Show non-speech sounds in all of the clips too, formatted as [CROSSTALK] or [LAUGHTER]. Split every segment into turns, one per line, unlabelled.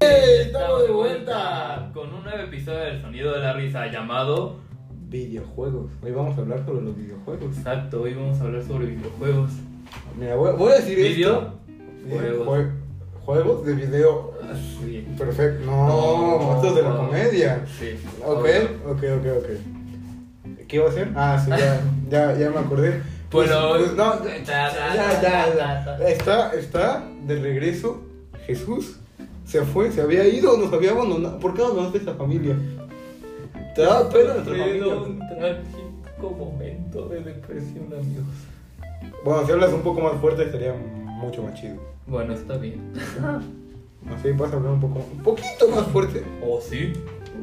estamos de vuelta
con un nuevo episodio del Sonido de la Risa llamado.
videojuegos. Hoy vamos a hablar sobre los videojuegos.
Exacto, hoy vamos a hablar sobre videojuegos.
Mira, voy, voy a decir esto.
Video.
Video-
Juegos.
jue- Juegos de video.
Sí.
Perfecto. No,
No.
esto es de la comedia.
Sí.
Ok, ok, ok, ok. ¿Qué iba a hacer? Ah, sí, ya, ya, ya me acordé.
Bueno,
Pues, no,
ta,
ya,
ta,
ya,
ta,
ya.
ta,
[LAUGHS]
ta.
Está, está de regreso Jesús. Se fue, se había ido, nos había abandonado. ¿Por qué abandonaste esta familia? Te da pena nuestra
Pero
familia.
un trágico momento de depresión, amigos.
Bueno, si hablas un poco más fuerte estaría mucho más chido.
Bueno, está bien.
Así vas a hablar un poco, un poquito más fuerte.
¿O sí?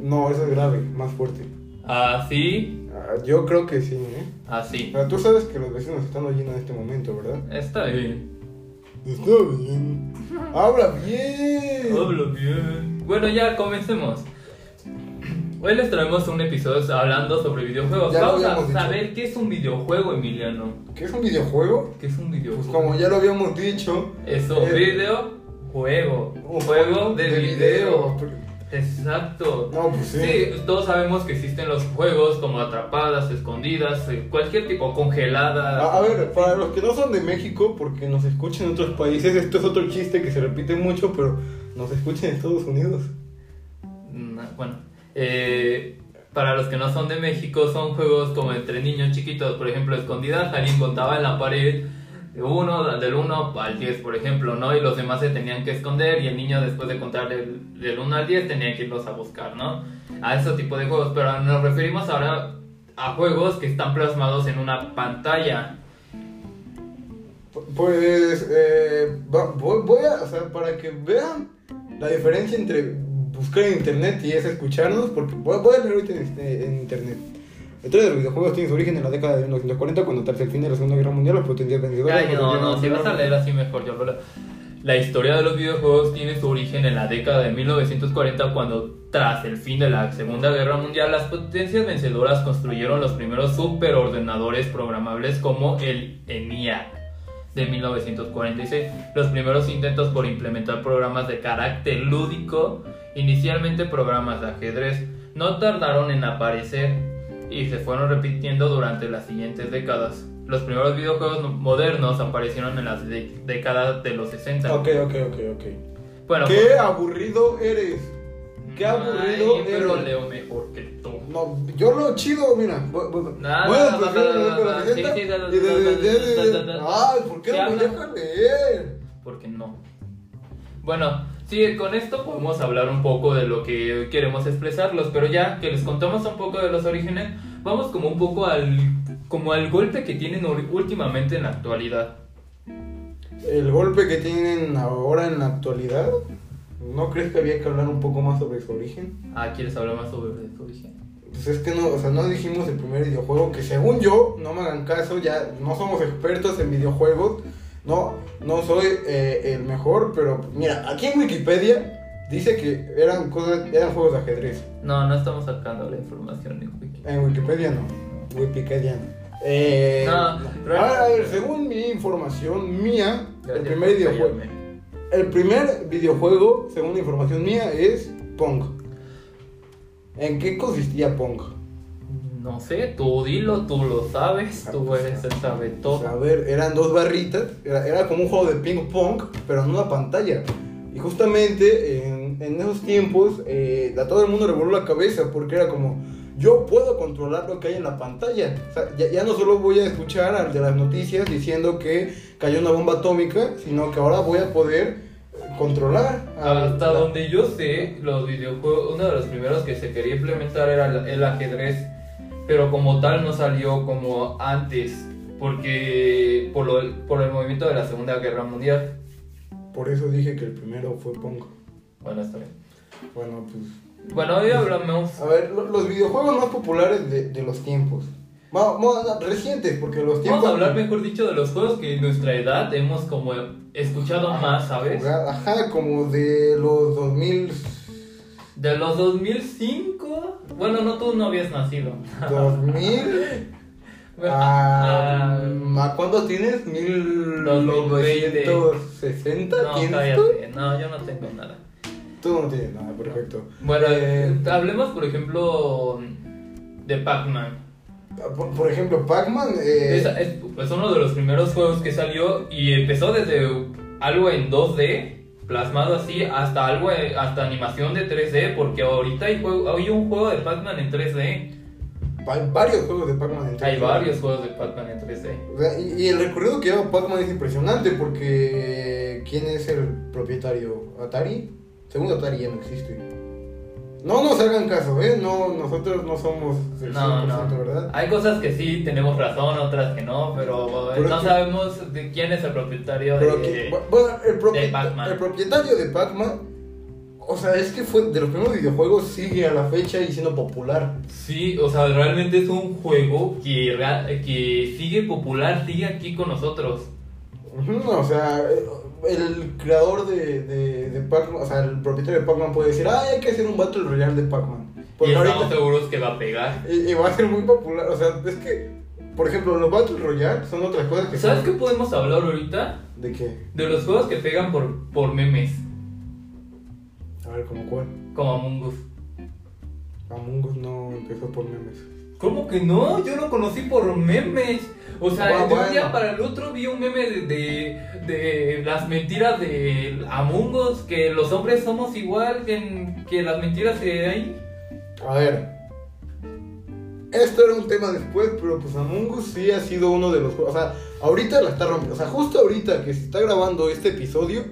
No, eso es grave, más fuerte.
Así,
Ah, yo creo que sí, ¿eh?
así.
Pero tú sabes que los vecinos están oyendo en este momento, ¿verdad?
Está bien.
Está bien. Habla bien.
Hablo bien. Bueno, ya comencemos. Hoy les traemos un episodio hablando sobre videojuegos.
Ya lo
Vamos a
habíamos dicho.
saber qué es un videojuego, Emiliano.
¿Qué es un videojuego?
¿Qué es un
Pues
videojuego?
como ya lo habíamos dicho.
Es un
eh,
videojuego. Un juego de, video. Exacto.
No, pues sí.
todos sabemos que existen los juegos como atrapadas, escondidas, eh, cualquier tipo, congeladas.
A, a ver, para los que no son de México, porque nos escuchan en otros países, esto es otro chiste que se repite mucho, pero nos escuchan en Estados Unidos.
Mm, Bueno, eh, para los que no son de México, son juegos como entre niños chiquitos, por ejemplo, escondidas, alguien contaba en la pared. de Uno, del 1 al 10, por ejemplo, ¿no? Y los demás se tenían que esconder y el niño después de contar del, del 1 al 10 tenía que irlos a buscar, ¿no? A ese tipo de juegos, pero nos referimos ahora a juegos que están plasmados en una pantalla.
P- Pues eh, va- voy, voy a, o sea, para que vean la diferencia entre buscar en internet y es escucharnos, porque voy, voy a leer ahorita en, este, en internet. La historia de los videojuegos tiene su origen en la década de 1940, cuando tras el fin de la Segunda Guerra Mundial, los potencias vendedores...
Ay, no,
pretendían
no, si vas a
comprar-
leer así mejor, yo lo leo. La historia de los videojuegos tiene su origen en la década de 1940 cuando, tras el fin de la Segunda Guerra Mundial, las potencias vencedoras construyeron los primeros superordenadores programables como el E ENIAC de 1946. Los primeros intentos por implementar programas de carácter lúdico, inicialmente programas de ajedrez, no tardaron en aparecer y se fueron repitiendo durante las siguientes décadas. Los primeros videojuegos no- modernos aparecieron en las de- décadas de los 60.
Ok, ok, ok, ok.
Bueno,
¡Qué aburrido eres!
pues-
qué aburrido
Ay, pero
eres.
leo mejor que tú.
No, yo lo chido, mira. bu- bu-
Nada,
Bueno,
nada,
prefiero
nada,
leer con la
nada, sí,
receta
sí, nada,
y de-
nada,
de- de-
nada,
de-
nada.
Ay, ¿por qué
¿Qué
no me
hablas?
dejas leer?
Porque no. Bueno, sí, con esto podemos hablar un poco de lo que queremos expresarlos, pero ya que les contamos un poco de los orígenes, vamos como un poco al como al golpe que tienen ori- últimamente en la actualidad.
El golpe que tienen ahora en la actualidad, ¿no crees que había que hablar un poco más sobre su origen?
Ah, ¿quieres hablar más sobre su origen?
Pues es que no, o sea, no dijimos el primer videojuego, que según yo, no me hagan caso, ya no somos expertos en videojuegos, no, no soy eh, el mejor, pero mira, aquí en Wikipedia dice que eran cosas, eran juegos de ajedrez.
No, no estamos sacando la información de Wiki.
En Wikipedia no. Wikipedia no. Eh,
No,
a ver, a ver, según mi información mía, el primer videojuego, el primer videojuego, según la información mía, es Pong. ¿En qué consistía Pong?
No sé, tú dilo, tú lo sabes,
Ah,
tú eres el
O
sabetón.
sea, a ver, eran dos barritas, era, era como un juego de ping pong, pero en una pantalla. Y justamente en, en esos tiempos eh, a todo el mundo le voló la cabeza porque era como, yo puedo controlar lo que hay en la pantalla. O sea, ya, ya no solo voy a escuchar al de las noticias diciendo que cayó una bomba atómica, sino que ahora voy a poder eh, controlar. al-
Hasta
ah, la-
donde yo sé, los videojuegos, uno de los primeros que se quería implementar era el- el ajedrez, pero como tal no salió como antes, porque por, lo- por el movimiento de la Segunda Guerra Mundial.
Por eso dije que el primero fue pong.
Bueno, está bien.
Bueno, pues...
Bueno, hoy hablamos.
A ver, lo- los videojuegos más populares de, de los tiempos. Va- va- recientes, porque los tiempos...
Vamos a hablar, mejor dicho, de los juegos que en nuestra edad hemos como escuchado
Ah,
más, ¿sabes?
Jugada, Ajá, como de los 2000,
De los 2005. Bueno, no, tú no habías nacido. [LAUGHS]
2000 a,
Ah,
¿a cuánto tienes? 1960
No,
¿Tienes tú?
cállate. No, yo no tengo nada.
Tú no tienes nada, perfecto.
Bueno,
Eh,
hablemos, por ejemplo, de Pac-Man.
por, por ejemplo, Pac-Man. eh,
Es, es- es uno de los primeros juegos que salió y empezó desde algo en 2D, plasmado así, hasta algo eh, hasta animación de 3D, porque ahorita hay, juego- hay un juego de Pac-Man en 3D.
hay varios juegos de Pac-Man en
Hay
3D.
varios juegos de Pac-Man en 3D.
O sea, Y, y el recorrido que lleva Pac-Man es impresionante porque. ¿Quién es el propietario? ¿Atari? Según Atari ya no existe. No nos hagan caso, ¿eh? No, nosotros no somos el
No,
100%,
no.
¿verdad?
Hay cosas que sí tenemos razón, otras que no, pero eh,
Pero
no
que-
sabemos de quién es el propietario
Pero que-
Ah, de...
bu- bueno, el, propieta-
de Pac-Man.
el propietario de Pac-Man, o sea, es que fue de los primeros videojuegos, sigue a la fecha y siendo popular.
Sí, o sea, realmente es un juego que, rea- que sigue popular, sigue aquí con nosotros.
Ujú, O sea, el creador de, de, de Pac-Man, o sea, el propietario de Pac-Man puede decir, ah, hay que hacer un Battle Royale de Pac-Man.
y
Porque
estamos
Pues ahorita-
seguros que va a pegar.
Y, y va a ser muy popular. O sea, es que, por ejemplo, los Battle Royale son otras cosas que.
¿Sabes qué
son-
podemos hablar ahorita?
¿De qué?
De los juegos que pegan por, por memes,
A ver, ¿como cuál?
como Among Us.
Among Us no empezó por memes.
¿Cómo que no? Yo lo conocí por memes. O sea,
Ah,
de un día
bueno.
para el otro vi un meme de, de, de las mentiras de Among Us, que los hombres somos igual que, en- que las mentiras que hay.
A ver. Esto era un tema después, pero pues Among Us sí ha sido uno de los juegos. O sea, ahorita la está rompiendo. O sea, justo ahorita que se está grabando este episodio,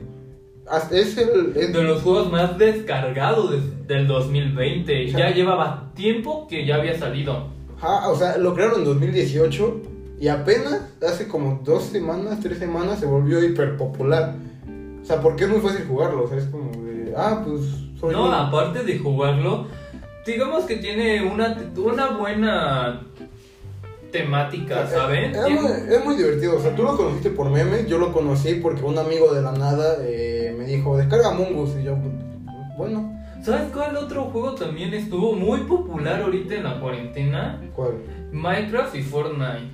hasta es el. es-
De los juegos más descargados des- del 2020.
Ya.
Ya llevaba tiempo que ya había salido.
Ajá, o sea, lo crearon en 2018 y apenas hace como dos semanas, tres semanas se volvió hiper popular. O sea, porque es muy fácil jugarlo, o sea, es como de, ah, pues soy
No,
un-
aparte de jugarlo, digamos que tiene una, una buena temática, ¿saben?
eh, Es muy, es muy divertido, o sea, tú lo conociste por memes, yo lo conocí porque un amigo de la nada eh, me dijo, descarga Mungus y yo, bueno,
¿Sabes cuál otro juego también estuvo muy popular ahorita en la cuarentena?
¿cuál?
Minecraft y Fortnite.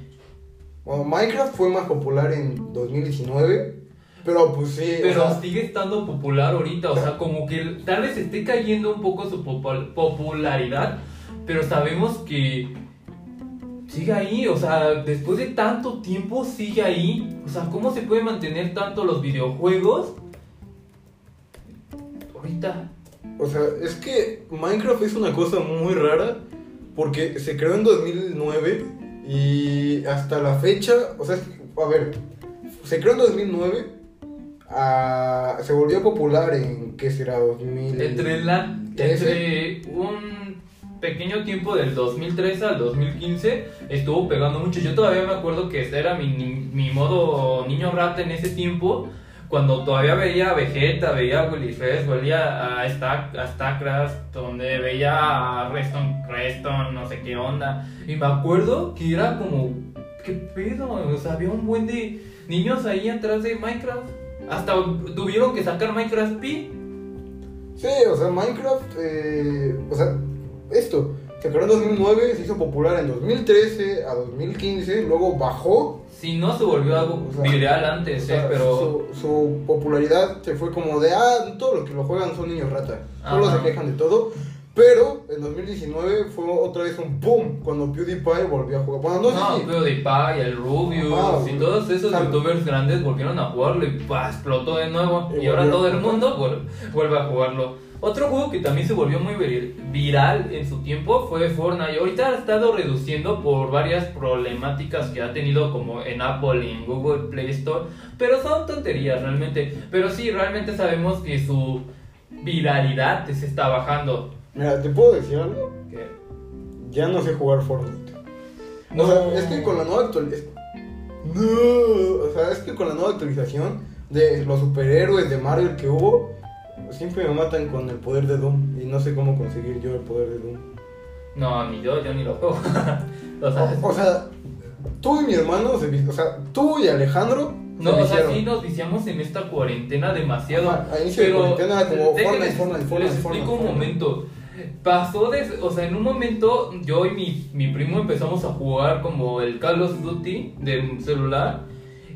Bueno, Minecraft fue más popular en 2019, pero pues sí, o
Pero
sea,
sigue estando popular ahorita, o sea, como que tal vez esté cayendo un poco su popul- popularidad, pero sabemos que sigue ahí, o sea, después de tanto tiempo sigue ahí, o sea, ¿cómo se puede mantener tanto los videojuegos ahorita?
O sea, es que Minecraft es una cosa muy rara porque se creó en 2009 y hasta la fecha, o sea, es que, a ver, se creó en 2009, ah, se volvió popular en, ¿qué será? 2000.
Entre la entre un pequeño tiempo del 2013 al 2015 estuvo pegando mucho. Yo todavía me acuerdo que este era mi, ni- mi modo niño rata en ese tiempo. Cuando todavía veía a Vegeta, veía a Willy Fest, veía a, Stack, a Starcraft, donde veía a Reston, Reston, no sé qué onda. Y me acuerdo que era como, ¿qué pedo? O sea, había un buen de niños ahí atrás de Minecraft. Hasta tuvieron que sacar Minecraft P.
Sí, o sea, Minecraft, eh, o sea, esto, se creó en 2009, se hizo popular en 2013 a 2015, luego bajó
Si no se volvió algo
O sea,
viral antes,
O sea,
eh, pero
su, su popularidad se fue como de, ah, todos los que lo juegan son niños rata, solo
Ajá.
se quejan de todo. Pero en 2019 fue otra vez un boom cuando PewDiePie volvió a jugar. Bueno, no,
no,
sé si-
PewDiePie, el Rubius
Ajá,
y todos esos
claro.
youtubers grandes volvieron a jugarlo y ¡pah! explotó de nuevo.
Y
Y, ahora
volvió a
todo el
jugar.
mundo vuel- vuelve a jugarlo. Otro juego que también se volvió muy vir- viral en su tiempo fue Fortnite. Ahorita ha estado reduciendo por varias problemáticas que ha tenido como en Apple y en Google Play Store. Pero son tonterías realmente. Pero sí, realmente sabemos que su viralidad se está bajando.
Mira, ¿te puedo decir algo?
Que-
Ya no sé jugar Fortnite. O
No.
sea, es que con la nueva actualización... No, o sea, es que con la nueva actualización de los superhéroes de Marvel que hubo, siempre me matan con el poder de Doom y no sé cómo conseguir yo el poder de Doom.
No, ni yo, yo ni lo juego. [LAUGHS] o sea,
O, o sea, tú y mi hermano, se vi- o sea, tú y Alejandro
no,
Oh, se
o sea,
viciaron.
sí nos viciamos en esta cuarentena demasiado.
Ajá, a inicio de
pero
cuarentena era como
déjenme-
Fortnite, Fortnite, Fortnite,
Les explico
Fortnite,
un momento. Pasó de, o sea, en un momento yo y mi, mi primo empezamos a jugar como el Call of Duty de celular.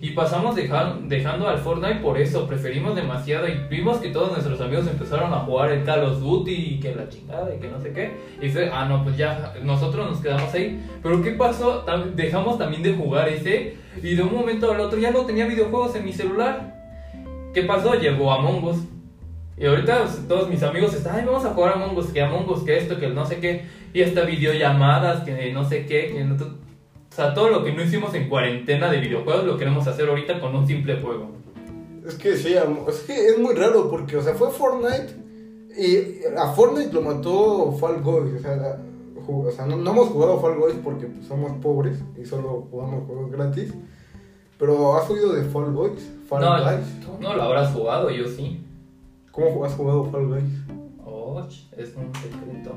Y pasamos deja- dejando al Fortnite por eso, preferimos demasiado y vimos que todos nuestros amigos empezaron a jugar el Call of Duty y que la chingada y que no sé qué. Y dice, ah, no, pues ya nosotros nos quedamos ahí. Pero ¿qué pasó? Tam- Dejamos también de jugar ese y de un momento al otro ya no tenía videojuegos en mi celular. ¿Qué pasó? Llegó Among Us. Y ahorita pues, todos mis amigos están, ay, vamos a jugar Among Us, que Among Us, que esto, que el no sé qué. Y hasta videollamadas, que no sé qué, que no... O sea, todo lo que no hicimos en cuarentena de videojuegos lo queremos hacer ahorita con un simple juego.
Es que sí, am- es que es muy raro porque, o sea, fue Fortnite y a Fortnite lo mató Fall Guys. O sea, la- ju- o sea, no, no hemos jugado Fall Guys porque pues, somos pobres y solo jugamos juegos gratis. Pero has oído de Fall Guys, Fall
no,
Guys.
tú no lo habrás jugado, yo sí.
¿Cómo has jugado Fall Guys?
Och, es un secreto,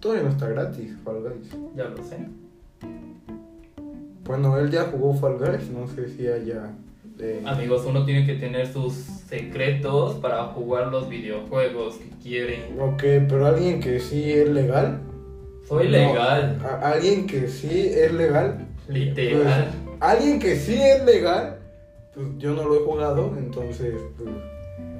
Todavía no está gratis Fall Guys.
ya lo sé.
Bueno, él ya jugó Fall Guys, no sé si haya. eh,
Amigos, uno tiene que tener sus secretos para jugar los videojuegos que quiere.
ok, pero alguien que sí es legal.
Soy
No,
legal,
a- alguien que sí es legal.
literal.
Pues, alguien que sí es legal, pues yo no lo he jugado, entonces, pues,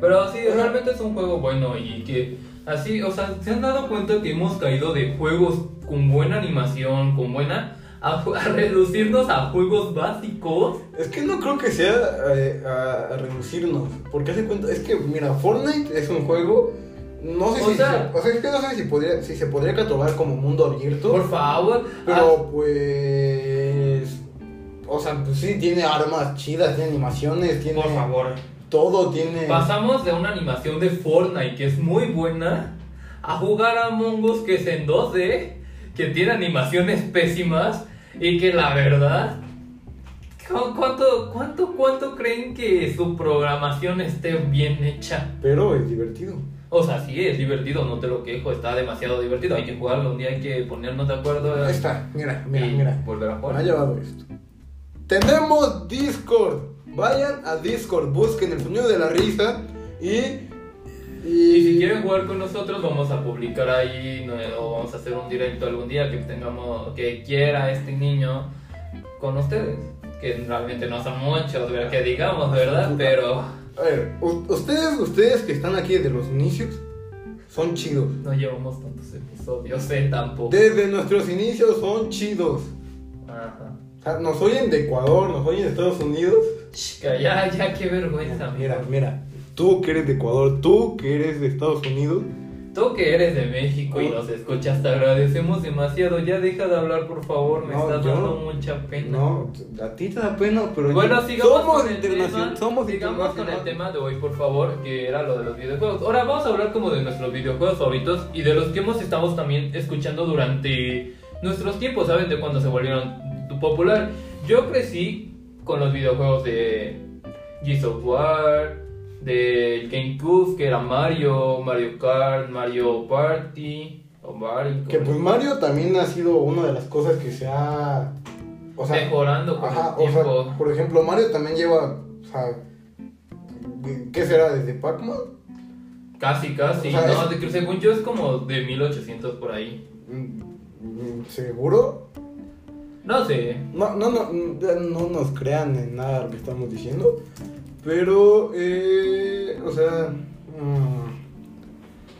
Pero sí, realmente es un juego bueno y que así, o sea, se han dado cuenta que hemos caído de juegos con buena animación, con buena, a, ju- a reducirnos a juegos básicos.
es que no creo que sea eh, a, a reducirnos, porque hace cuenta, es que mira, Fortnite es un juego, no sé
O
si,
sea-
se, o sea, es que no sé si, podría, si se podría catalogar como mundo abierto,
Por favor, ah,
pero pues, o sea, pues sí, tiene armas chidas, tiene animaciones,
ah,
tiene
por favor.
todo, tiene...
Pasamos de una animación de Fortnite que es muy buena a jugar a Among Us que es en 2D, que tiene animaciones pésimas y que la verdad, ¿cu- ¿cuánto, cuánto, cuánto creen que su programación esté bien hecha?
Pero es divertido.
O sea, sí, es divertido, no te lo quejo, está demasiado divertido, hay que jugarlo, un día hay que ponernos de acuerdo
Ahí
eh,
está, mira,
y
mira, mira. Ah,
volver a
Me ha
jugar.
llevado esto. Tenemos Discord. Vayan a Discord, busquen el sonido de la risa y.
Y si
y-
quieren jugar con nosotros, vamos a publicar ahí, no, o vamos a hacer un directo algún día que tengamos, que quiera este niño con ustedes. Que realmente no son muchos, ¿verdad? que digamos, ¿verdad? Pero
A ver, u- ustedes, ustedes que están aquí desde los inicios, son chidos.
no llevamos tantos episodios, sé tampoco.
Desde nuestros inicios son chidos.
Ajá.
O sea, nos oyen de Ecuador, nos oyen de Estados Unidos.
Chica, ya, ya, qué vergüenza,
Mira,
mira.
mira. Tú que eres de Ecuador, tú que eres de Estados Unidos.
Tú que eres de México
Oh.
y nos escuchas, te agradecemos demasiado. Ya deja de hablar, por favor, me
No,
estás
yo-
dando mucha pena.
No, a ti te da pena, pero.
Bueno,
yo-
sigamos,
somos
con, el
internacion-
tema,
Somos
sigamos con el
internacional.
tema de hoy, por favor, que era lo de los videojuegos. Ahora vamos a hablar como de nuestros videojuegos favoritos y de los que hemos estado también escuchando durante nuestros tiempos, ¿saben? De cuando se volvieron popular. Yo crecí con los videojuegos de Gears of War, del GameCube, que era Mario, Mario Kart, Mario Party, o Mario...
Que pues Mario también ha sido una de las cosas que se ha. O sea,
mejorando con
ajá,
el
o sea,
tiempo.
por ejemplo, Mario también lleva. O sea, ¿qué será? ¿Desde Pac-Man?
Casi, casi.
O sea,
no,
es-
de que según yo es como de 1800 por ahí.
Mm, mm, ¿Seguro?
No sé.
No, no, no, mm, ya no nos crean en nada lo que estamos diciendo. Pero, eh, o sea.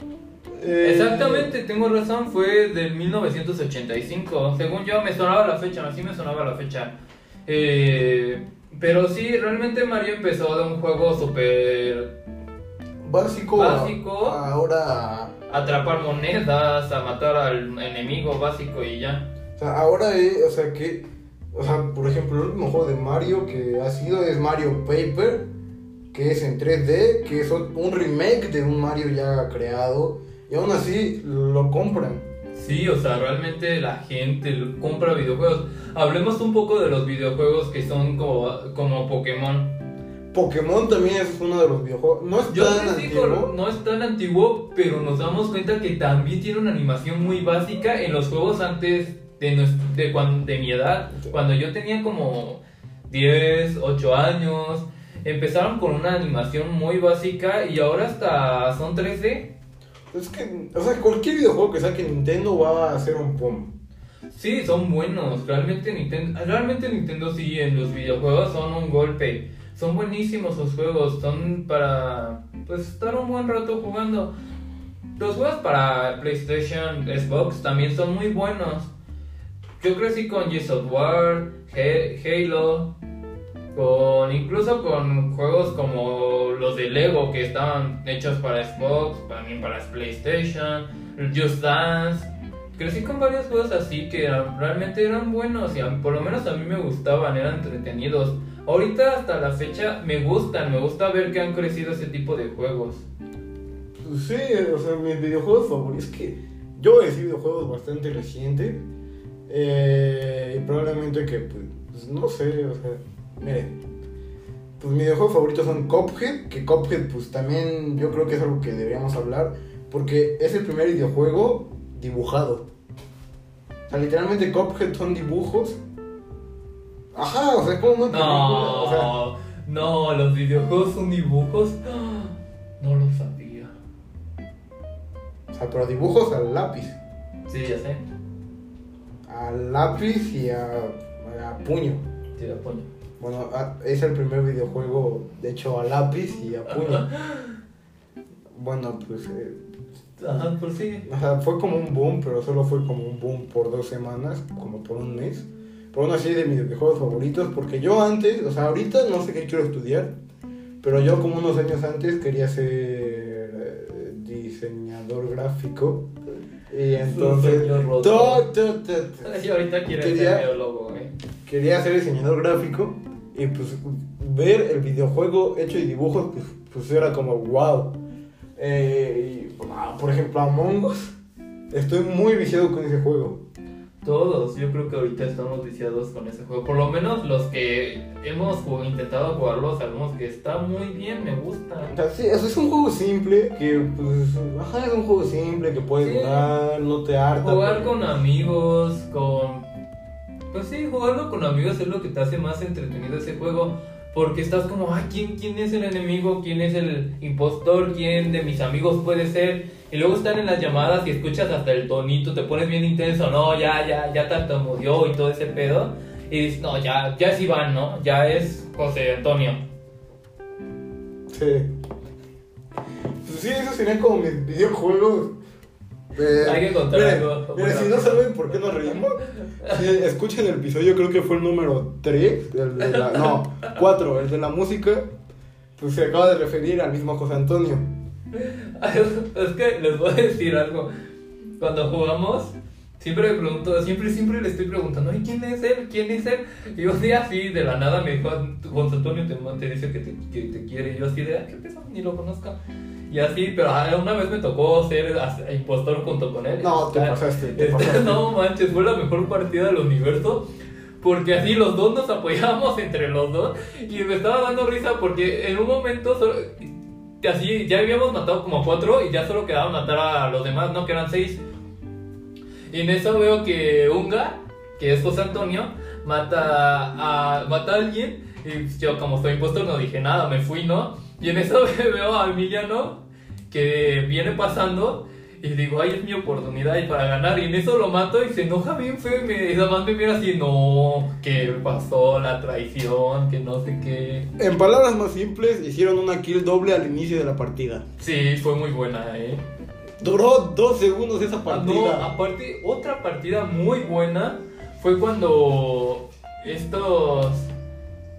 mm, eh,
Exactamente, tengo razón, fue del 1985. Según yo me sonaba la fecha, así me sonaba la fecha. Eh, pero sí, realmente Mario empezó de un juego súper...
Básico.
Básico.
Ahora.
Atrapar monedas, a matar al enemigo básico y ya.
O sea, ahora, eh, o sea, que. O sea, por ejemplo, el último juego de Mario que ha sido es Mario Paper, que es en 3D, que es ot- un remake de un Mario ya creado, y aún así lo compran.
Sí, o sea, realmente la gente lo- compra videojuegos. Hablemos un poco de los videojuegos que son como, como Pokémon.
Pokémon también es uno de los videojuegos. No es
Yo
tan
les digo,
antiguo.
no es tan antiguo, pero nos damos cuenta que también tiene una animación muy básica en los juegos antes de, nues- de, cuan- de mi edad. Cuando yo tenía como 10, 8 años, empezaron con una animación muy básica y ahora hasta son 3D.
Es que, o sea, cualquier videojuego que saque Nintendo va a ser un pum.
Sí, son buenos. Realmente Nintendo, realmente Nintendo sí, en los videojuegos son un golpe. Son buenísimos los juegos, son para pues estar un buen rato jugando. Los juegos para PlayStation, Xbox también son muy buenos. Yo crecí con Gears of War, He- Halo, con incluso con juegos como los de Lego que estaban hechos para Xbox, también para PlayStation, Just Dance. Crecí con varios juegos así que eran- realmente eran buenos y a- por lo menos a mí me gustaban, eran entretenidos. Ahorita hasta la fecha me gustan, me gusta ver que han crecido ese tipo de juegos.
Pues sí, o sea, mis videojuegos favoritos. Es que yo he sido videojuegos bastante reciente. eh, y probablemente que, pues, pues, no sé, o sea, miren. Pues mis videojuegos favoritos son Cophead, que Cophead, pues también yo creo que es algo que deberíamos hablar. Porque es el primer videojuego dibujado. O sea, literalmente Cophead son dibujos. Ajá, o sea, es como una película, o sea,
No, no, los videojuegos son dibujos. No lo sabía.
o sea, pero dibujos al lápiz.
Sí, ya sé.
A lápiz y a, a puño.
Sí, lo pongo.
Bueno, a- es el primer videojuego, de hecho, a lápiz y a puño. Bueno, pues eh,
Ajá, pues [LAUGHS] sí.
o sea, fue como un boom, pero solo fue como un boom por dos semanas, como por un mes. Por una serie de mis videojuegos favoritos, porque yo antes, o sea, ahorita no sé qué quiero estudiar, pero yo como unos años antes quería ser eh, diseñador gráfico. Y entonces...
sueño roto.
¡Tot, tot, tot!
Y ahorita quiere
Quería-
ser biólogo, eh.
quería ser diseñador gráfico y pues ver el videojuego hecho de dibujos pues, pues era como wow. Eh, y, ah, por ejemplo, Among Us, estoy muy viciado con ese juego.
Todos, yo creo que ahorita estamos viciados con ese juego. Por lo menos los que hemos jug- intentado jugarlo sabemos que está muy bien, me gusta.
O sea, sí, o sea, es un juego simple que pues ajá, es un juego simple que puedes
Sí.
jugar, no te harta. pues.
Jugar
porque-
con amigos, con... Pues sí, jugarlo con amigos es lo que te hace más entretenido ese juego. Porque estás como, ay, ¿quién, ¿quién es el enemigo? ¿Quién es el impostor? ¿Quién de mis amigos puede ser? Y luego están en las llamadas y escuchas hasta el tonito, te pones bien intenso, no, ya, ya, ya tartamudeó y todo ese pedo. Y dices, no, ya, ya es Iván, ¿no? Ya es José Antonio.
Sí. Pues sí, esos serían como mis videojuegos. Eh,
Hay que encontrar
miren,
algo.
miren, si no saben por qué nos reímos, sí, escuchen el episodio, creo que fue el número 3, el de la, no, 4, el de la música. Pues se acaba de referir al mismo José Antonio.
[LAUGHS] Es que les voy a decir algo. Cuando jugamos, siempre me pregunto, siempre, siempre le estoy preguntando, ¿y quién es él? ¿Quién es él? Y un día así, de la nada, me dijo, Juan Antonio te, te dice que te, que te quiere. Y yo así de, ah, qué peso, ni lo conozco. Y así, pero ah, una vez me tocó ser as- impostor junto con él.
No, te
Ah,
pasaste, te
este,
pasaste.
[LAUGHS] No manches, fue la mejor partida del universo. Porque así los dos nos apoyábamos [LAUGHS] entre los dos. Y me estaba dando risa porque en un momento solo- que así ya habíamos matado como a cuatro y ya solo quedaba matar a los demás, ¿no? Que eran seis. Y en eso veo que Unga, que es José Antonio, mata a, mata a alguien. Y yo, como soy impostor, no dije nada, me fui, ¿no? Y en eso [LAUGHS] veo a Emiliano que viene pasando. Y digo, ay, es mi oportunidad y para ganar. Y en eso lo mato y se enoja bien feo. Y, me, y nada más me mira así, no, ¿qué pasó? La traición, que no sé qué.
En palabras más simples, hicieron una kill doble al inicio de la partida.
Sí, fue muy buena, ¿eh?
Duró dos segundos esa
Ah, No,
partida.
aparte, otra partida muy buena fue cuando estos.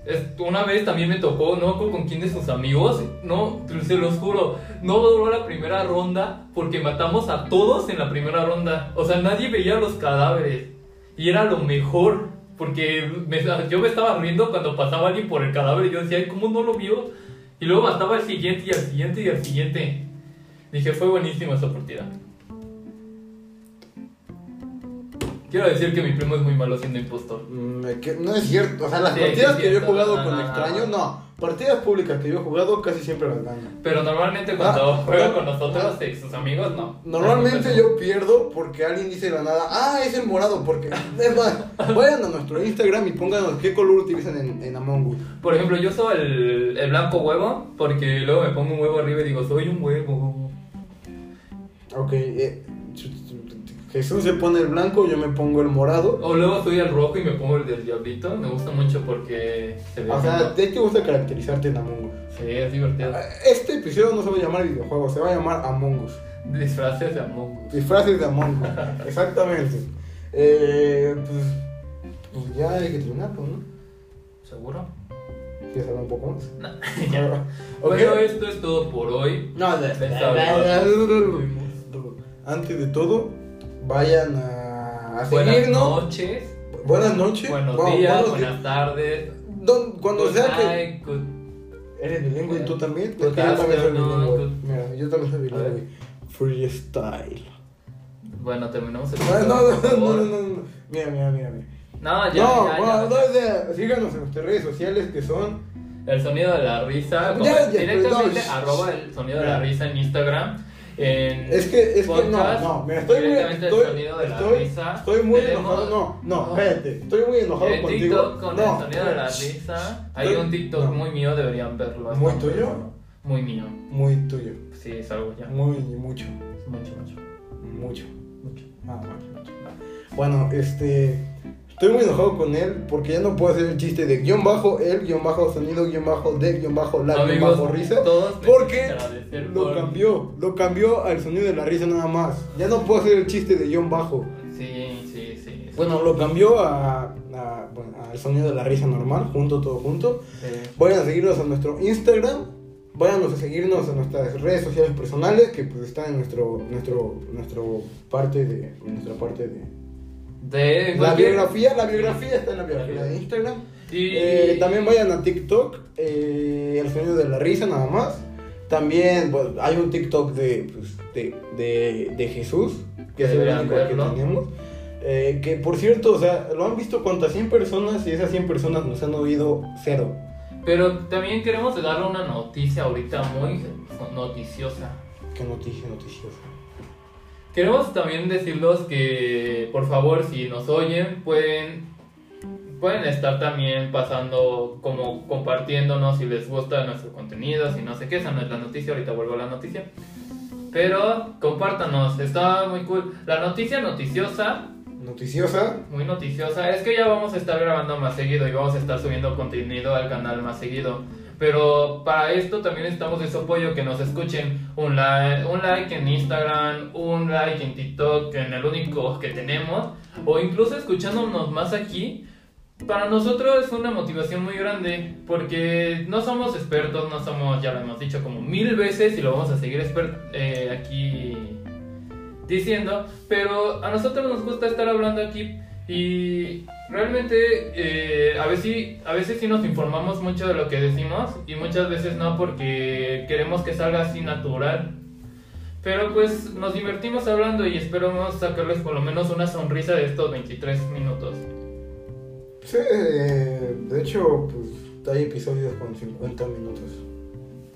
est- Una vez también me tocó, no me acuerdo con quién de sus amigos, no, se los juro, no duró la primera ronda porque matamos a todos en la primera ronda. O sea, nadie veía los cadáveres y era lo mejor porque me- yo me estaba riendo cuando pasaba alguien por el cadáver y yo decía, "Ay, ¿cómo no lo vio? Y luego mataba al siguiente y al siguiente y al siguiente. Dije, fue buenísima esa partida. Quiero decir que mi primo es muy malo siendo impostor.
Mm, que- No es cierto, o sea, las
Sí,
partidas
sí es
que yo he
cierto,
jugado
no,
con
no, no.
extraños, no, partidas públicas que yo he jugado casi siempre las gano.
Pero normalmente cuando
Ah,
juega
ah,
con nosotros,
ah.
y sus amigos, no.
Normalmente yo pierdo porque alguien dice de la nada, ah, es el morado, porque [LAUGHS] es más, vayan a nuestro Instagram y pónganos qué color utilizan en, en Among Us.
Por ejemplo, yo soy el, el blanco huevo porque luego me pongo un huevo arriba y digo, soy un huevo.
Ok, eh, ch- ch- ch- Jesús se pone el blanco, yo me pongo el morado.
O luego soy el rojo y me pongo el del diablito. Me gusta mucho porque se ve.
O sea,
lindo.
¿a ti te gusta caracterizarte en Among Us?
Sí, es divertido.
Este episodio no se va a llamar videojuego, se va a llamar Among Us.
Disfraces de Among Us.
Disfraces de Among Us, exactamente. Eh, pues, pues ya hay que terminar, pues, ¿no?
¿Seguro?
¿Quieres hablar un poco más?
[LAUGHS] Ya.
Ok.
Bueno, esto es todo por hoy.
No, de-
Esta
Antes de todo, vayan a, a
Buenas
seguirnos.
noches,
Buenas noches.
buenos
Bueno,
días,
buenos
buenas tardes.
di- don- cuando
good
sea que.
night, good-
Eres bilingüe y tú también.
Good
Es que yo también soy
afternoon,
bilingüe.
good-
Mira, yo también soy
A ver.
bilingüe. Freestyle.
Bueno, terminamos el
Ah, No, no,
video, por
no, no,
favor.
no, no. Mira, mira, mira. mira.
No, ya,
No,
ya,
bueno,
ya.
no, ya, síganos en nuestras redes sociales que son.
El sonido de la risa.
Ya, pues,
como
ya,
directamente
perdón.
arroba el sonido de la risa en Instagram. En
Es que, es que no,
podcast,
no, mira, estoy muy,
directamente
estoy,
el sonido de la
estoy,
risa.
estoy muy
Tenemos-
enojado, no, no,
no.
espérate, estoy muy enojado
En
contigo.
TikTok con
no,
el sonido de la risa. Hay
Estoy-
un TikTok
no.
muy mío, deberían verlo.
¿Muy
bastante
tuyo?
bueno. Muy mío.
Muy tuyo,
Sí, es algo ya.
muy, mucho,
Mucho, mucho.
mucho,
mucho.
ah, mucho, mucho. Bueno, este, estoy muy enojado con él porque ya no puedo hacer el chiste de guión bajo, el guión bajo sonido, guión bajo, de guión bajo, la guión
Amigos,
bajo risa.
todos
Porque
agradecer
Lo
por-
cambió, lo cambió al sonido de la risa nada más. Ya no puedo hacer el chiste de guión bajo.
Sí, sí, sí.
Bueno, lo cambió a, a- bueno, al sonido de la risa normal, junto, todo junto.
Sí.
Vayan a seguirnos a nuestro Instagram. Váyanos a seguirnos a nuestras redes sociales personales, que pues están en nuestro, nuestro, nuestro parte de, nuestra parte de...
De
La
Eh, cualquier-
biografía, la biografía está en la biografía de Instagram.
Y
Eh, también vayan a TikTok, eh, el sonido de la risa nada más. También bueno, hay un TikTok de, pues, de, de, de Jesús, que es el
Deberían
único
verlo.
que tenemos. Eh, que por cierto, o sea, lo han visto cuantas 100 personas y esas 100 personas nos han oído cero.
Pero también queremos darle una noticia ahorita muy noticiosa.
Qué noticia noticiosa.
Queremos también decirlos que, por favor, si nos oyen, pueden, pueden estar también pasando, como compartiéndonos si les gusta nuestro contenido, si no sé qué, esa no es la noticia, ahorita vuelvo a la noticia. Pero compártanos, está muy cool. La noticia noticiosa,
Noticiosa,
muy noticiosa, es que ya vamos a estar grabando más seguido y vamos a estar subiendo contenido al canal más seguido. Pero para esto también necesitamos de su apoyo, que nos escuchen. Un like, un like en Instagram, un like en TikTok, en el único que tenemos. O incluso escuchándonos más aquí. Para nosotros es una motivación muy grande porque no somos expertos, no somos, ya lo hemos dicho como mil veces y lo vamos a seguir exper- eh, aquí diciendo, pero a nosotros nos gusta estar hablando aquí y realmente eh, a, veces, a veces sí nos informamos mucho de lo que decimos y muchas veces no porque queremos que salga así natural. Pero pues nos divertimos hablando y esperamos sacarles por lo menos una sonrisa de estos 23 minutos.
sí, eh, de hecho, pues hay episodios con 50 minutos.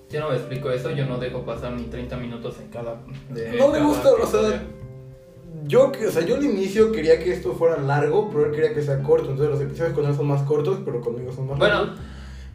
Yo no me explico eso, yo no dejo pasar ni 30 minutos en cada... de
No me
cada
gusta, o
episodio.
sea, yo, que- o sea, yo al inicio quería que esto fuera largo, pero él quería que sea corto, entonces los episodios con él son más cortos, pero conmigo son más
Bueno,
largos. eh,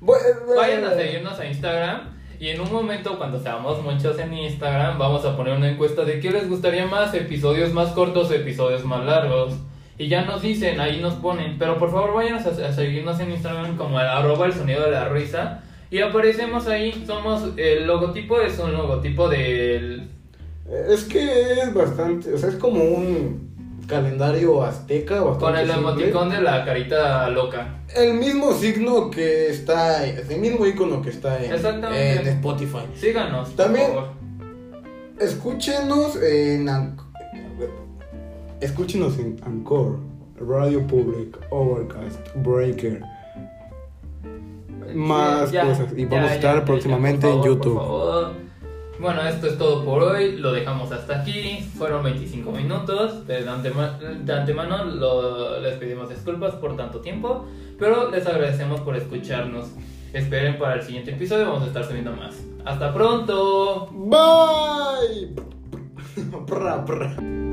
Bueno,
Vayan a seguirnos a Instagram y en un momento cuando seamos muchos en Instagram vamos a poner una encuesta de qué les gustaría más, episodios más cortos o episodios más largos. Y ya nos dicen, ahí nos ponen, pero por favor vayan a, a seguirnos en Instagram como el arroba el sonido de la risa y aparecemos ahí, somos, el logotipo es un logotipo del...
Es que es bastante, o sea, es como un calendario azteca bastante
con el
simple.
emoticón de la carita loca.
El mismo signo que está, el mismo icono que está en,
Exactamente.
en Spotify.
Síganos. por
También-
favor.
Escúchenos en Anc- Escúchenos en Anchor, Radio Public, Overcast, Breaker. Más
Ya,
cosas. Y
ya,
vamos a
ya,
estar
ya,
próximamente
por favor,
en
por
YouTube.
favor. Bueno, esto es todo por hoy. Lo dejamos hasta aquí. Fueron 25 minutos. De antema- de antemano lo- les pedimos disculpas por tanto tiempo. Pero les agradecemos por escucharnos. Esperen para el siguiente episodio. Vamos a estar subiendo más. Hasta pronto.
Bye. [LAUGHS] Pra, pra.